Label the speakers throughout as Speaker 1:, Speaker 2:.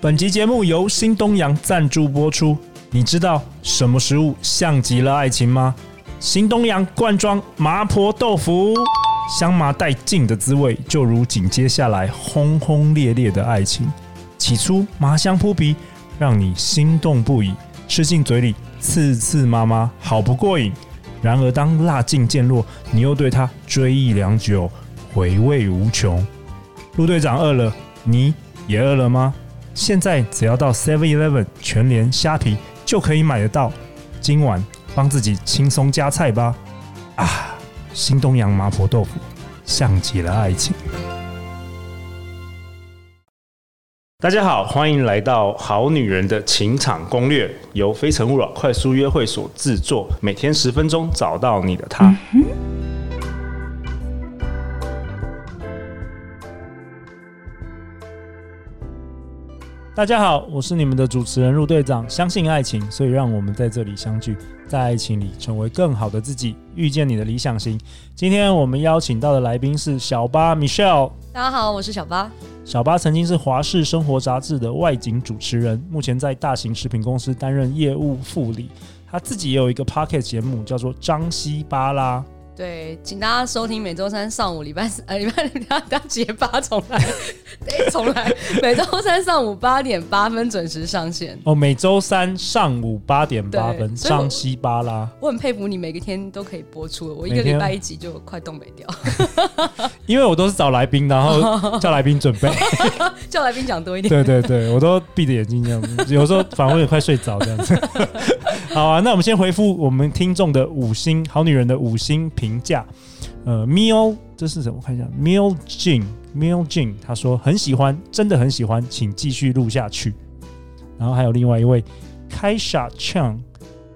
Speaker 1: 本集节目由新东阳赞助播出。你知道什么食物像极了爱情吗？新东阳罐装麻婆豆腐，香麻带劲的滋味，就如紧接下来轰轰烈烈的爱情。起初麻香扑鼻，让你心动不已，吃进嘴里刺刺麻麻，好不过瘾。然而当辣劲渐落，你又对它追忆良久，回味无穷。陆队长饿了，你也饿了吗？现在只要到 Seven Eleven、全联、虾皮就可以买得到。今晚帮自己轻松加菜吧！啊，新东阳麻婆豆腐，像极了爱情。大家好，欢迎来到《好女人的情场攻略》，由非诚勿扰快速约会所制作，每天十分钟，找到你的他。大家好，我是你们的主持人陆队长。相信爱情，所以让我们在这里相聚，在爱情里成为更好的自己，遇见你的理想型。今天我们邀请到的来宾是小八 Michelle。
Speaker 2: 大家好，我是小八。
Speaker 1: 小巴曾经是华视生活杂志的外景主持人，目前在大型食品公司担任业务副理。他自己也有一个 p o c k e t 节目，叫做《张西巴拉》。
Speaker 2: 对，请大家收听每周三上午，礼拜四 呃礼拜六，大家结巴重来， 哎重来，每周三上午八点八分准时上线。
Speaker 1: 哦，每周三上午八点八分，《
Speaker 2: 对所以我
Speaker 1: 张西巴拉》。
Speaker 2: 我很佩服你，每个天都可以播出了，我一
Speaker 1: 每
Speaker 2: 个
Speaker 1: 天
Speaker 2: 礼拜一集就快东北掉，
Speaker 1: 因为我都是找来宾，然后叫来宾准备。
Speaker 2: 叫来宾讲多一点。
Speaker 1: 对对对，我都闭着眼睛这样子，有时候反而会快睡着这样子。 好啊，那我们先回复我们听众的五星好女人的五星评价。呃，Mio 这是什么？我看一下，Mio Jin Mio Jin，他说很喜欢，真的很喜欢，请继续录下去。然后还有另外一位 Kaisha Chang，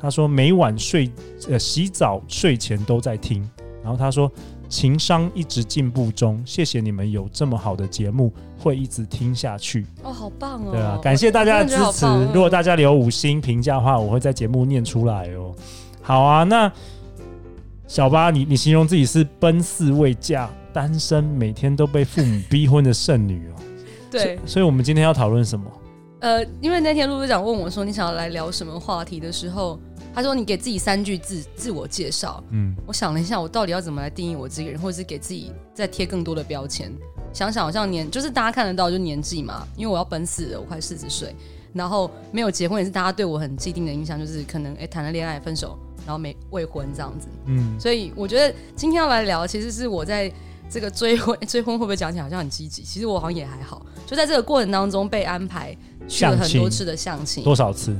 Speaker 1: 他说每晚睡呃洗澡睡前都在听，然后他说情商一直进步中，谢谢你们有这么好的节目，会一直听下去。
Speaker 2: 哦，好棒哦！
Speaker 1: 对啊，感谢大家的支
Speaker 2: 我真
Speaker 1: 持
Speaker 2: 的觉得好棒哦。
Speaker 1: 如果大家留五星评价的话，我会在节目念出来哦。好啊，那小八，你你形容自己是奔四未嫁、单身，每天都被父母逼婚的剩女哦。
Speaker 2: 对
Speaker 1: 所，所以我们今天要讨论什么？
Speaker 2: 呃，因为那天陆队长问我说你想要来聊什么话题的时候，他说你给自己三句自自我介绍，
Speaker 1: 嗯，
Speaker 2: 我想了一下，我到底要怎么来定义我这个人，或者是给自己再贴更多的标签。想想好像年，就是大家看得到，就年纪嘛，因为我要奔四了，我快四十岁，然后没有结婚也是大家对我很既定的印象，就是可能哎谈了恋爱分手，然后没未婚这样子。
Speaker 1: 嗯，
Speaker 2: 所以我觉得今天要来聊，其实是我在这个追婚 追婚会不会讲起来好像很积极，其实我好像也还好，就在这个过程当中被安排去了
Speaker 1: 相
Speaker 2: 很
Speaker 1: 亲
Speaker 2: 多次的相亲，
Speaker 1: 多少次？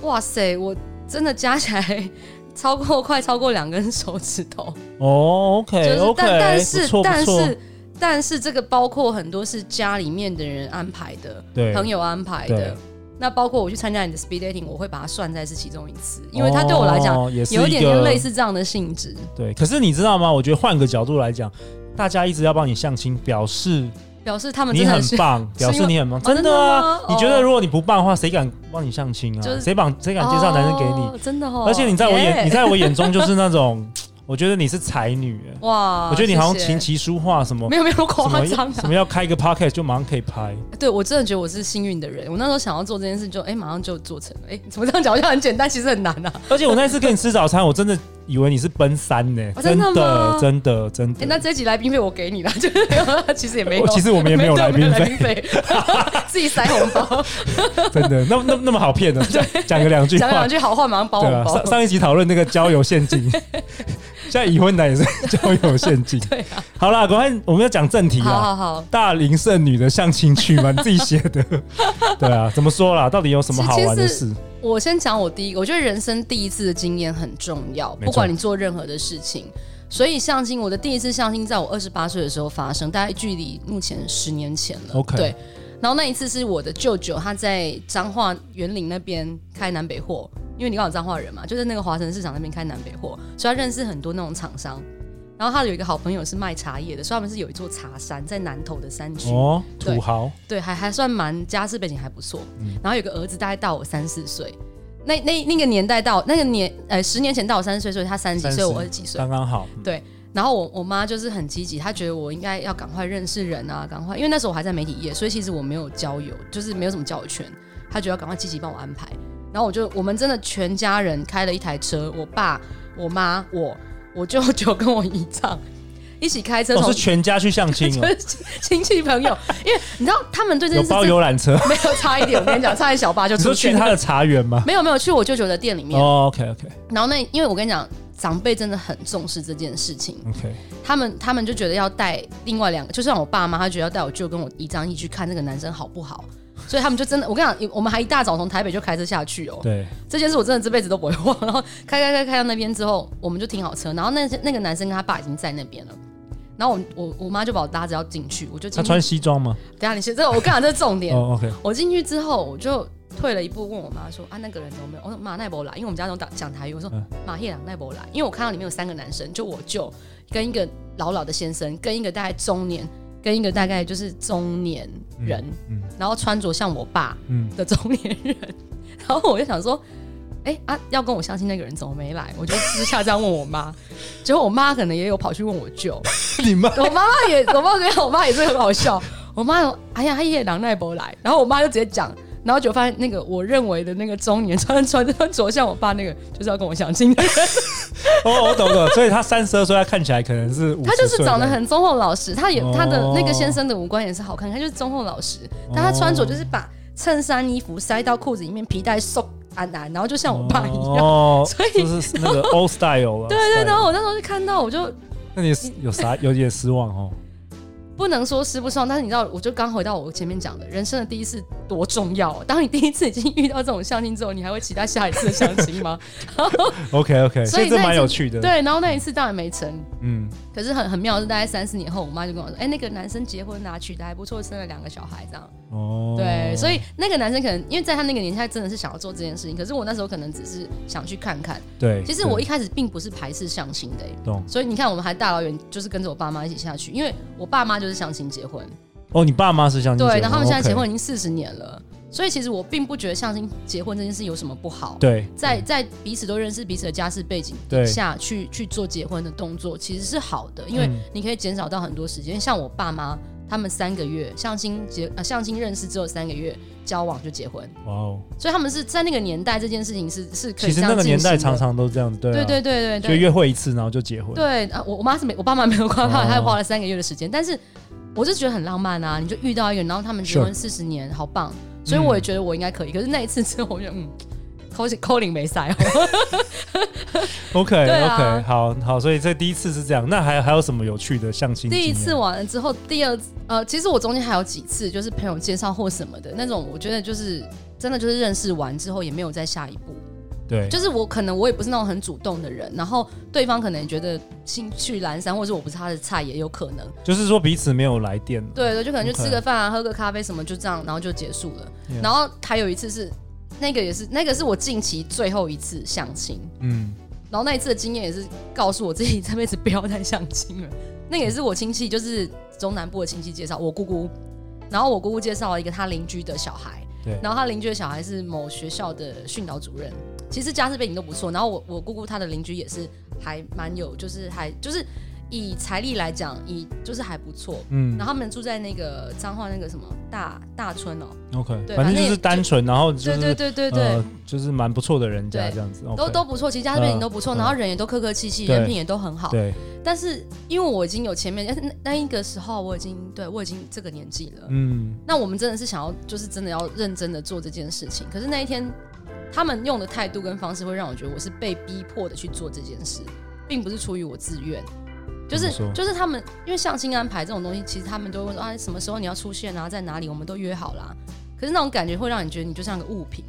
Speaker 2: 哇塞，我真的加起来 超过快超过两根手指头。
Speaker 1: 哦，OK，OK，、
Speaker 2: 就是但但
Speaker 1: 不
Speaker 2: 是
Speaker 1: 错不
Speaker 2: 但
Speaker 1: 错，
Speaker 2: 是但是这个包括很多是家里面的人安排的，
Speaker 1: 对，
Speaker 2: 朋友安排
Speaker 1: 对
Speaker 2: 的。那包括我去参加你的 speed dating，我会把它算在是其中一次，因为它对我来讲、
Speaker 1: 哦也是
Speaker 2: 有一点点
Speaker 1: 个
Speaker 2: 类似这样的性质。
Speaker 1: 对。可是你知道吗？我觉得换个角度来讲，大家一直要帮你相亲，表示
Speaker 2: 表示他 们
Speaker 1: 你
Speaker 2: 真的
Speaker 1: 很
Speaker 2: 是
Speaker 1: 棒，表示你很棒，
Speaker 2: 是因为
Speaker 1: 真的啊
Speaker 2: 哦！真的吗
Speaker 1: 你觉得如果你不棒的话，谁敢帮你相亲啊
Speaker 2: 就？是
Speaker 1: 谁帮谁敢 介绍男生给你？
Speaker 2: 哦真的哦。
Speaker 1: 而且你在我眼，
Speaker 2: 耶
Speaker 1: 你在我眼中就是那 种，我觉得你是才女，哎
Speaker 2: 哇，
Speaker 1: 我觉得你好像
Speaker 2: 哦谢谢
Speaker 1: 琴棋书画什么
Speaker 2: 没有没有
Speaker 1: 什
Speaker 2: 夸
Speaker 1: 么
Speaker 2: 张
Speaker 1: 什
Speaker 2: 啊。
Speaker 1: 么要开一个 podcast 就马上可以拍，
Speaker 2: 对我真的觉得我是幸运的人，我那时候想要做这件事就，哎马上就做成了。哎，怎么这样讲好像很简单，其实很难啊。
Speaker 1: 而且我那次跟你吃早餐，我真的以为你是奔三呢，
Speaker 2: 哦
Speaker 1: 真
Speaker 2: 真的
Speaker 1: 的
Speaker 2: 吗
Speaker 1: 真的真
Speaker 2: 哎、那
Speaker 1: 的。
Speaker 2: 这一集来宾费我给你了， 就是没有，其实也没有
Speaker 1: 我。哦其实我们也没有
Speaker 2: 对
Speaker 1: 来宾
Speaker 2: 我
Speaker 1: 费，
Speaker 2: 们没有来宾费， 自己塞红 包，
Speaker 1: 真的，那那那么好 骗的，讲讲个两句
Speaker 2: 讲
Speaker 1: 话
Speaker 2: 两，句好话马上包
Speaker 1: 对
Speaker 2: 红
Speaker 1: 啊，
Speaker 2: 包
Speaker 1: 上。上一集讨论那个交友陷 阱，现在已婚男也是交友陷阱。对啊，好啦，赶快我们要讲正题
Speaker 2: 好
Speaker 1: 啦。
Speaker 2: 好好，
Speaker 1: 大龄剩女的相亲去嘛，你自己写 的。对啊，怎么说啦？到底有什么好玩的事？
Speaker 2: 我先讲我第一个，我觉得人生第一次的经验很重要，
Speaker 1: 没错
Speaker 2: 不管你做任何的事情。所以相亲，我的第一次相亲在我二十八岁的时候发生，大概距离目前十年前了。
Speaker 1: OK
Speaker 2: 对。然后那一次是我的舅舅，他在彰化园林那边开南北货，因为你刚好彰化人嘛，就在那个华城市场那边开南北货，所以他认识很多那种厂商。然后他有一个好朋友是卖茶叶的，所以他们是有一座茶山在南投的山区。
Speaker 1: 哦，
Speaker 2: 对
Speaker 1: 土豪，
Speaker 2: 对，还还算蛮家世背景还不错。
Speaker 1: 嗯
Speaker 2: 然后有个儿子，大概大我三四岁。那那那个年代到那个年，呃，十年前到我三十岁，所以他三十几
Speaker 1: 30
Speaker 2: 岁，我二十几岁
Speaker 1: 刚。刚好。嗯
Speaker 2: 对，然后我我妈就是很积极，她觉得我应该要赶快认识人啊，赶快，因为那时候我还在媒体业，所以其实我没有交友，就是没有什么交友圈。她觉得要赶快积极帮我安排。然后我就我们真的全家人开了一台车，我爸、我妈、我、我舅舅跟我姨丈一起开车
Speaker 1: 哦，
Speaker 2: 从
Speaker 1: 是全家去相亲
Speaker 2: 就
Speaker 1: 哦，
Speaker 2: 是亲 亲戚朋友，因为你知道他们对这
Speaker 1: 有
Speaker 2: 件事
Speaker 1: 包
Speaker 2: 真
Speaker 1: 游览车。
Speaker 2: 没有差一点，我跟你讲，差点小八就
Speaker 1: 你
Speaker 2: 出
Speaker 1: 说去
Speaker 2: 现
Speaker 1: 他
Speaker 2: 了。
Speaker 1: 的茶园吗？
Speaker 2: 没有没有去我舅舅的店里面，
Speaker 1: 哦，OK OK
Speaker 2: 然后那因为我跟你讲，长辈真的很重视这件事情，
Speaker 1: OK，
Speaker 2: 他们他们就觉得要带另外两个，就像我爸妈，他觉得要带我舅跟我姨丈一起去看那个男生好不好，所以他们就真的，我跟你讲，我们还一大早从台北就开车下去哦，
Speaker 1: 对，
Speaker 2: 这件事我真的这辈子都不会忘。然后开开开开到那边之后，我们就停好车，然后那那个男生跟他爸已经在那边了。然后我我我妈就把我拉着要进去，我就
Speaker 1: 他
Speaker 2: 进去。
Speaker 1: 穿西装吗？
Speaker 2: 等一下你先，这个我跟你讲，这是重点。
Speaker 1: 哦，OK，
Speaker 2: 我进去之后，我就退了一步，问我妈说：“啊，那个人怎么没有？”我说：“妈，奈博来，因为我们家那种讲讲台语。”我说
Speaker 1: 嗯：“
Speaker 2: 马叶朗奈博来，因为我看到里面有三个男生，就我舅跟一个老老的先生，跟一个大概中年，跟一个大概就是中年人，
Speaker 1: 嗯
Speaker 2: 然后穿着像我爸
Speaker 1: 嗯，
Speaker 2: 的中年人。然后我就想说，哎、啊，要跟我相亲那个人怎么没来？我就私下这样问我妈，结果我妈可能也有跑去问我舅。
Speaker 1: 你妈
Speaker 2: 我妈妈也，我妈跟我妈也是很好笑。 我妈有，哎呀，她也狼奈不来，然后我妈就直接讲，然后就发现那个我认为的那个中年穿穿穿着像我爸那个，就是要跟我相亲 的人，
Speaker 1: 哦，我懂懂，所以他三十二岁，他看起来可能是五，
Speaker 2: 他就是长得，很忠厚老实，他也
Speaker 1: 哦
Speaker 2: 他的那个先生的五官也是好看，他就是忠厚老实，但他穿着就是把衬衫衣服塞到裤子里面，皮带收安安，然后就像我爸一样。
Speaker 1: 哦
Speaker 2: 所以
Speaker 1: 就是那个 old style 了。
Speaker 2: 对对，然
Speaker 1: 对，
Speaker 2: 后我那时候就看到，我就
Speaker 1: 那你有啥有点失望哦？
Speaker 2: 不能说失不上，但是你知道，我就刚回到我前面讲的，人生的第一次多重要、哦。当你第一次已经遇到这种相亲之后，你还会期待下一次的相 亲吗？
Speaker 1: OK OK，
Speaker 2: 所
Speaker 1: 所
Speaker 2: 以
Speaker 1: 以这
Speaker 2: 那一
Speaker 1: 蛮
Speaker 2: 次
Speaker 1: 有趣的。，
Speaker 2: 对，然后那一次当然没成，
Speaker 1: 嗯，
Speaker 2: 可是很很妙的是，大概三四年后，我妈就跟我说：“哎、那个男生结婚啦、娶的还不错，生了两个小孩这样。”
Speaker 1: 哦，
Speaker 2: 对，所以那个男生可能因为在他那个年代真的是想要做这件事情，可是我那时候可能只是想去看看。
Speaker 1: 对，
Speaker 2: 其实
Speaker 1: 对
Speaker 2: 我一开始并不是排斥相亲的、哎
Speaker 1: 懂
Speaker 2: 所以你看，我们还大老远就是跟着我爸妈一起下去，因为我爸妈就是相亲结婚。
Speaker 1: 哦，你爸妈是相亲结
Speaker 2: 对，
Speaker 1: 婚，
Speaker 2: 然后他们现在
Speaker 1: OK
Speaker 2: 结婚已经四十年了，所以其实我并不觉得相亲结婚这件事有什么不好。
Speaker 1: 对
Speaker 2: 在在彼此都认识彼此的家世背景
Speaker 1: 对
Speaker 2: 下去去做结婚的动作，其实是好的，因为
Speaker 1: 嗯
Speaker 2: 你可以减少到很多时间。像我爸妈，他们三个月相亲结呃相亲认识之后三个月交往就结婚，
Speaker 1: 哇哦，
Speaker 2: 所以他们是在那个年代这件事情是是
Speaker 1: 其
Speaker 2: 可以这
Speaker 1: 实
Speaker 2: 样
Speaker 1: 那个年代
Speaker 2: 进行
Speaker 1: 常
Speaker 2: 的
Speaker 1: 常都这样，对
Speaker 2: 对
Speaker 1: 啊
Speaker 2: 对对对
Speaker 1: 就
Speaker 2: 对
Speaker 1: 约会一次，然后就结婚。
Speaker 2: 对，啊我我妈是没我爸妈没有夸她，她
Speaker 1: 哦
Speaker 2: 花了三个月的时间，但是我就觉得很浪漫啊！你就遇到一个人，然后他们结
Speaker 1: Sure
Speaker 2: 婚四十年，好棒，所以我也觉得我应该可以。可是那一次之后，我就嗯，扣扣零 没塞哦。
Speaker 1: OK
Speaker 2: 对啊
Speaker 1: OK，好好，所以这第一次是这样。那还还有什么有趣的相亲经
Speaker 2: 第
Speaker 1: 验？
Speaker 2: 一次完了之后，第二次呃，其实我中间还有几次就是朋友介绍或什么的那种，我觉得就是真的就是认识完之后也没有再下一步，
Speaker 1: 对，
Speaker 2: 就是我可能我也不是那种很主动的人，然后对方可能也觉得兴趣阑珊，或者是我不是他的菜也有可能。
Speaker 1: 就是说彼此没有来电。
Speaker 2: 对对，就可能就
Speaker 1: OK
Speaker 2: 吃个饭啊喝个咖啡什么，就这样，然后就结束了。
Speaker 1: Yeah
Speaker 2: 然后还有一次是那个也是那个是我近期最后一次相亲，
Speaker 1: 嗯，
Speaker 2: 然后那一次的经验也是告诉我自己这辈子不要再相亲了。 那个也是我亲戚，就是中南部的亲戚介绍，我姑姑，然后我姑姑介绍了一个她邻居的小孩，
Speaker 1: 对
Speaker 2: 然后她邻居的小孩是某学校的训导主任，其实家世背景都不错。然后我我姑姑她的邻居也是还蛮有，就是还就是以财力来讲，以就是还不错，
Speaker 1: 嗯
Speaker 2: 然后他们住在那个彰化那个什么大大村哦、
Speaker 1: ，OK，
Speaker 2: 对
Speaker 1: 反正
Speaker 2: 反正
Speaker 1: 就
Speaker 2: 也
Speaker 1: 是单纯，然后就
Speaker 2: 对对
Speaker 1: 是
Speaker 2: 对对对，
Speaker 1: 呃，就是蛮不错的人家
Speaker 2: 对
Speaker 1: 这样子，
Speaker 2: 都
Speaker 1: OK
Speaker 2: 都不错，其实家世背景都不错，
Speaker 1: 嗯
Speaker 2: 然后人也都客客气气，
Speaker 1: 对
Speaker 2: 人品也都很好。
Speaker 1: 对，
Speaker 2: 但是因为我已经有前面，但是那那一个时候我已经对我已经这个年纪了，
Speaker 1: 嗯，
Speaker 2: 那我们真的是想要就是真的要认真的做这件事情。可是那一天他们用的态度跟方式会让我觉得我是被逼迫的去做这件事，并不是出于我自愿。就是
Speaker 1: 怎么说
Speaker 2: 就是他们，因为相亲安排这种东西，其实他们都会说啊，什么时候你要出现啊，在哪里，我们都约好啦。可是那种感觉会让你觉得你就像个物品，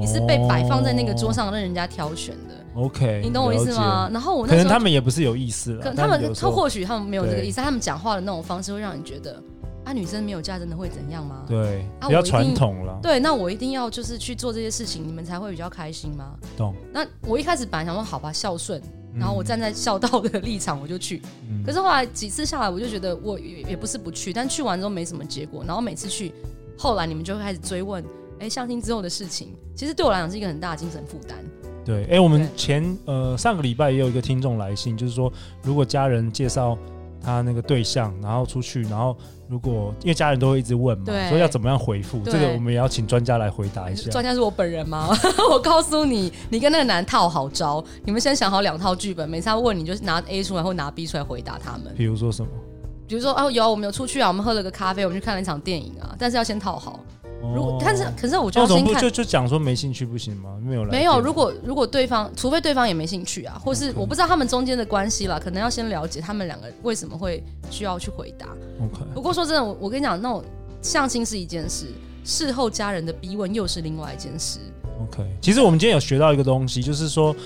Speaker 2: 你是被摆放在那个桌上让人家挑选的，
Speaker 1: 哦，OK，
Speaker 2: 你懂我意思吗
Speaker 1: 哦了？
Speaker 2: 然后我
Speaker 1: 解？
Speaker 2: 那
Speaker 1: 可
Speaker 2: 时
Speaker 1: 能
Speaker 2: 候
Speaker 1: 他们也不是有意思了，
Speaker 2: 可能
Speaker 1: 但
Speaker 2: 他们
Speaker 1: 有时
Speaker 2: 他
Speaker 1: 候
Speaker 2: 或许他们没有这个
Speaker 1: 对
Speaker 2: 意思，他们讲话的那种方式会让你觉得啊，女生没有家真的会怎样吗？
Speaker 1: 对
Speaker 2: 啊
Speaker 1: 比较
Speaker 2: 我一定
Speaker 1: 传统了，
Speaker 2: 对，那我一定要就是去做这些事情，你们才会比较开心吗？
Speaker 1: 懂。
Speaker 2: 那我一开始本来想说好吧，孝顺，然后
Speaker 1: 嗯
Speaker 2: 我站在孝道的立场我就去，
Speaker 1: 嗯
Speaker 2: 可是后来几次下来，我就觉得我也也不是不去，但去完之后没什么结果，然后每次去，后来你们就会开始追问，哎、相亲之后的事情，其实对我来讲是一个很大的精神负担。
Speaker 1: 对，哎、我们
Speaker 2: 对
Speaker 1: 前呃上个礼拜也有一个听众来信，就是说如果家人介绍他那个对象，然后出去，然后如果因为家人都会一直问嘛，
Speaker 2: 对
Speaker 1: 说要怎么样回复，
Speaker 2: 对
Speaker 1: 这个我们也要请专家来回答一下
Speaker 2: 专。家是我本人吗？ 我告诉你，你跟那个男套好招，你们先想好两套剧本，每次他问你就是拿 A 出来或拿 B 出来回答他们。
Speaker 1: 比如说什么？
Speaker 2: 比如说哦，有啊我们有出去啊，我们喝了个咖啡，我们去看了一场电影啊，但是要先套好。如果、
Speaker 1: 哦
Speaker 2: 但是可是我觉
Speaker 1: 那
Speaker 2: 得
Speaker 1: 我怎么
Speaker 2: 要先
Speaker 1: 不
Speaker 2: 看
Speaker 1: 就就讲说没兴趣不行吗？没有来电，
Speaker 2: 没有，如果如果对方，除非对方也没兴趣啊，或是
Speaker 1: OK
Speaker 2: 我不知道他们中间的关系啦，可能要先了解他们两个为什么会需要去回答。
Speaker 1: OK，
Speaker 2: 不过说真的，我我跟你讲，那种相亲是一件事，事后家人的逼问又是另外一件事。
Speaker 1: OK，其实我们今天有学到一个东西，就是说，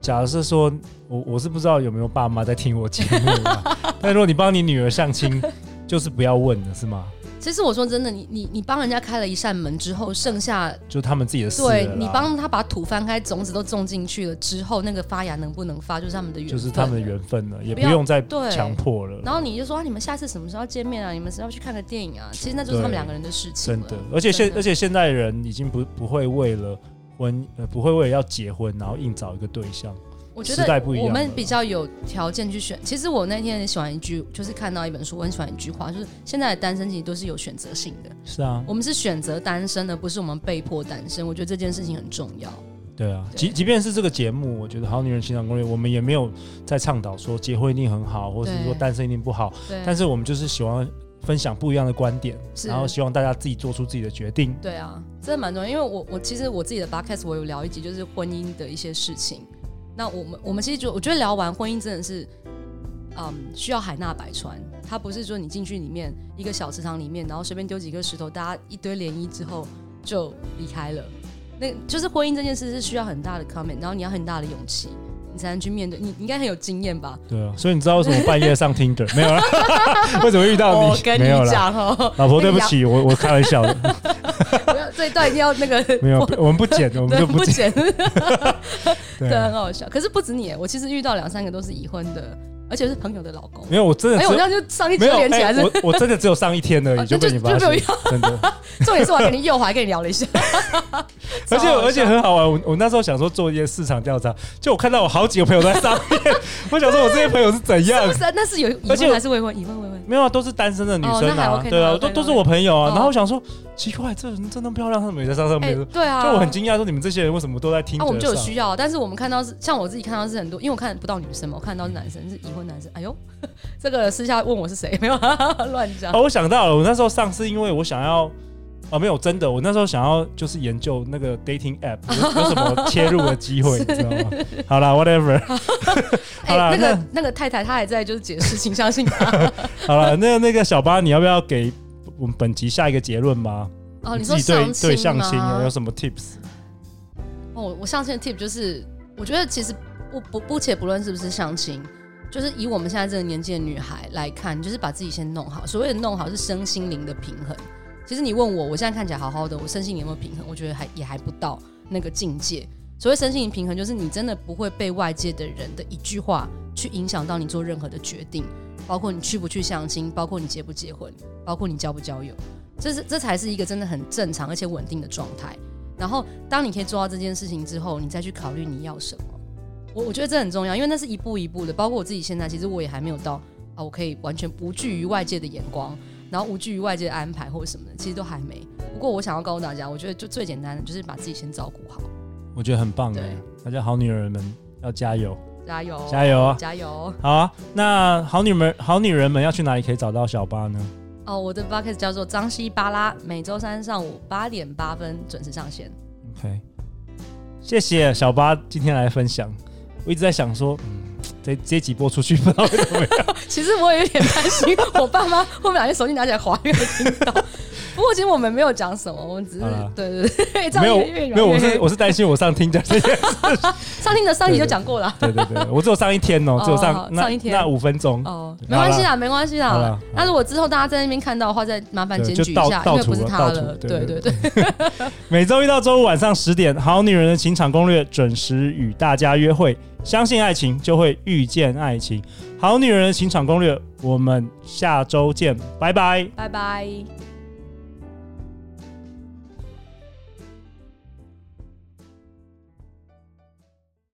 Speaker 1: 假设说我我是不知道有没有爸妈在听我节目 啦，但如果你帮你女儿相亲，就是不要问了，是吗？
Speaker 2: 其实我说真的，你你你帮人家开了一扇门之后，剩下
Speaker 1: 就他们自己的事啊了啦。
Speaker 2: 对你帮他把土翻开，种子都种进去了之后，那个发芽能不能发，就是他们的缘
Speaker 1: 就
Speaker 2: 分。
Speaker 1: 是他们的缘分了，也不
Speaker 2: 不要
Speaker 1: 用再
Speaker 2: 对
Speaker 1: 强迫了。
Speaker 2: 然后你就说、啊、你们下次什么时候要见面啊？你们是要去看个电影啊？其实那就是
Speaker 1: 对
Speaker 2: 他们两个人的事情啊
Speaker 1: 真
Speaker 2: 了。
Speaker 1: 的，而且现
Speaker 2: 真的
Speaker 1: 而且现代人已经不不会为了婚呃不会为了要结婚，然后硬找一个对象。
Speaker 2: 我觉
Speaker 1: 时代
Speaker 2: 得
Speaker 1: 不一样
Speaker 2: 我
Speaker 1: 了
Speaker 2: 们比较有条件去选。其实我那天很喜欢一句，就是看到一本书，我很喜欢一句话，就是现在的单身其实都是有选择性的，
Speaker 1: 是啊，
Speaker 2: 我们是选择单身的，不是我们被迫单身。我觉得这件事情很重要。
Speaker 1: 对啊，
Speaker 2: 对
Speaker 1: 即即便是这个节目，我觉得《好女人情场攻略》，我们也没有在倡导说结婚一定很好，或者是
Speaker 2: 对
Speaker 1: 说单身一定不好。
Speaker 2: 对，
Speaker 1: 但是我们就是喜欢分享不一样的观点，
Speaker 2: 嗯是
Speaker 1: 然后希望大家自己做出自己的决定。
Speaker 2: 对啊，真的蛮重要。因为我我其实我自己的 podcast 我有聊一集就是婚姻的一些事情。那我们我们其实就我觉得聊完婚姻真的是，嗯，需要海纳百川。它不是说你进去里面一个小池塘里面，然后随便丢几个石头，大家一堆涟漪之后就离开了。那就是婚姻这件事是需要很大的 comment，然后你要很大的勇气，你才能去面对。你你应该很有经验吧？
Speaker 1: 对啊，所以你知道为什么半夜上 Tinder 没有 啦？为什么遇到你？
Speaker 2: 我跟你
Speaker 1: 没有啦，
Speaker 2: 讲哦，
Speaker 1: 老婆，对不起，我我开玩笑的，
Speaker 2: 不要这一段一定要那个
Speaker 1: 没 有，我们不剪，我们
Speaker 2: 对
Speaker 1: 就不
Speaker 2: 不
Speaker 1: 剪。
Speaker 2: 剪。
Speaker 1: 对
Speaker 2: 对，
Speaker 1: 啊
Speaker 2: 很，好笑。可是不止你耶，我其实遇到两三个都是已婚的，而且是朋友的老 公。
Speaker 1: 没有，我真的
Speaker 2: 哎、
Speaker 1: 只
Speaker 2: 我这
Speaker 1: 有
Speaker 2: 样就上一集
Speaker 1: 没有
Speaker 2: 就连起来
Speaker 1: 哎
Speaker 2: 是，
Speaker 1: 我我真的只有上一天而
Speaker 2: 啊
Speaker 1: 已，就
Speaker 2: 那就
Speaker 1: 被你发
Speaker 2: 就没有
Speaker 1: 现，真的。
Speaker 2: 重点是我还跟你右滑，还跟你聊了 一下。
Speaker 1: 而且
Speaker 2: 超好笑
Speaker 1: 而且很好玩，我我那时候想说做一些市场调查，就我看到我好几个朋友在上面， 我想说我这些朋友是怎样
Speaker 2: 不？是啊，那是有已
Speaker 1: 而且
Speaker 2: 婚还是未婚？已婚未婚。
Speaker 1: 没有啊，都是单身的女
Speaker 2: 哦
Speaker 1: 生
Speaker 2: 那还
Speaker 1: 啊，
Speaker 2: OK，
Speaker 1: 对
Speaker 2: 那
Speaker 1: 啊，
Speaker 2: 还
Speaker 1: 都
Speaker 2: OK，
Speaker 1: 都是我朋友啊。
Speaker 2: 嗯
Speaker 1: 然后我想说，奇怪，这人真的漂亮，他怎么也在上上
Speaker 2: 哎、
Speaker 1: 面？
Speaker 2: 对啊，
Speaker 1: 就我很惊讶，说你们这些人为什么都在听？
Speaker 2: 那、我们就有需要，但是我们看到是像我自己看到是很多，因为我看不到女生嘛，我看到是男生，是已婚男生。哎呦， 这个私下问我是谁，没有啊 乱讲。
Speaker 1: 哦，我想到了，我那时候上是因为我想要。啊，没有，真的，我那时候想要就是研究那个 dating app 有有什么切入的机会，你知道吗？好啦 w h a t e v e r
Speaker 2: 哎、
Speaker 1: 好啦
Speaker 2: 那个那个太太她还在就是解释，请相信她。
Speaker 1: 好了，那那个小八，你要不要给我们本集下一个结论吗？
Speaker 2: 哦，你
Speaker 1: 自
Speaker 2: 说
Speaker 1: 己对
Speaker 2: 相
Speaker 1: 对
Speaker 2: 亲
Speaker 1: 相
Speaker 2: 吗？
Speaker 1: 亲啊有有什么 tips？
Speaker 2: 哦，我相亲的 tip 就是，我觉得其实不不不且不论是不是相亲，就是以我们现在这个年纪的女孩来看，就是把自己先弄好。所谓的弄好是身心灵的平衡。其实你问我，我现在看起来好好的，我身心灵有没有平衡？我觉得还也还不到那个境界。所谓身心灵平衡，就是你真的不会被外界的人的一句话去影响到你做任何的决定，包括你去不去相亲，包括你结不结婚，包括你交不交友，这是这才是一个真的很正常而且稳定的状态。然后，当你可以做到这件事情之后，你再去考虑你要什么。我我觉得这很重要，因为那是一步一步的。包括我自己现在，其实我也还没有到啊，我可以完全不惧于外界的眼光，然后无惧于外界的安排或者什么的，其实都还没。不过我想要告诉大家，我觉得就最简单的就是把自己先照顾好，
Speaker 1: 我觉得很棒哎
Speaker 2: 对，
Speaker 1: 大家好女人们要加油，
Speaker 2: 加油，
Speaker 1: 加油啊！
Speaker 2: 加油！
Speaker 1: 好啊，那好女们好女人们要去哪里可以找到小八呢？
Speaker 2: 哦，我的 b o c a s t 叫做张西巴拉，每周三上午八点八分准时上线。
Speaker 1: OK，谢谢小八今天来分享。我一直在想说，嗯，这这集播出去不知道会怎 么样。
Speaker 2: 其实我也有点担心，我爸妈会不会把手机拿起来滑，因为听 到。不过其实我们没有讲什么，我们只是
Speaker 1: 好啦
Speaker 2: 对对对，这样
Speaker 1: 没有
Speaker 2: 越越
Speaker 1: 没有，我是
Speaker 2: 越
Speaker 1: 我是担心我上听讲这些。
Speaker 2: 上听的上集就讲过了。
Speaker 1: 对对对，我只有上一天哦，只有
Speaker 2: 哦
Speaker 1: 上那
Speaker 2: 上一天
Speaker 1: 那五分钟。
Speaker 2: 哦，
Speaker 1: 对
Speaker 2: 没关系啦，没关系
Speaker 1: 好啦好
Speaker 2: 啦
Speaker 1: 啦。
Speaker 2: 那如果之后大家在那边看到的话，再麻烦检
Speaker 1: 对
Speaker 2: 举
Speaker 1: 就
Speaker 2: 一下，
Speaker 1: 到
Speaker 2: 因为不是
Speaker 1: 到处
Speaker 2: 他
Speaker 1: 了到
Speaker 2: 了。
Speaker 1: 处
Speaker 2: 对
Speaker 1: 对
Speaker 2: 对对，
Speaker 1: 每周一到周五晚上十点，《好女人的情场攻略》准时与大家约会。相信爱情，就会遇见爱情。《好女人的情场攻略》，我们下周见，拜拜。
Speaker 2: 拜拜。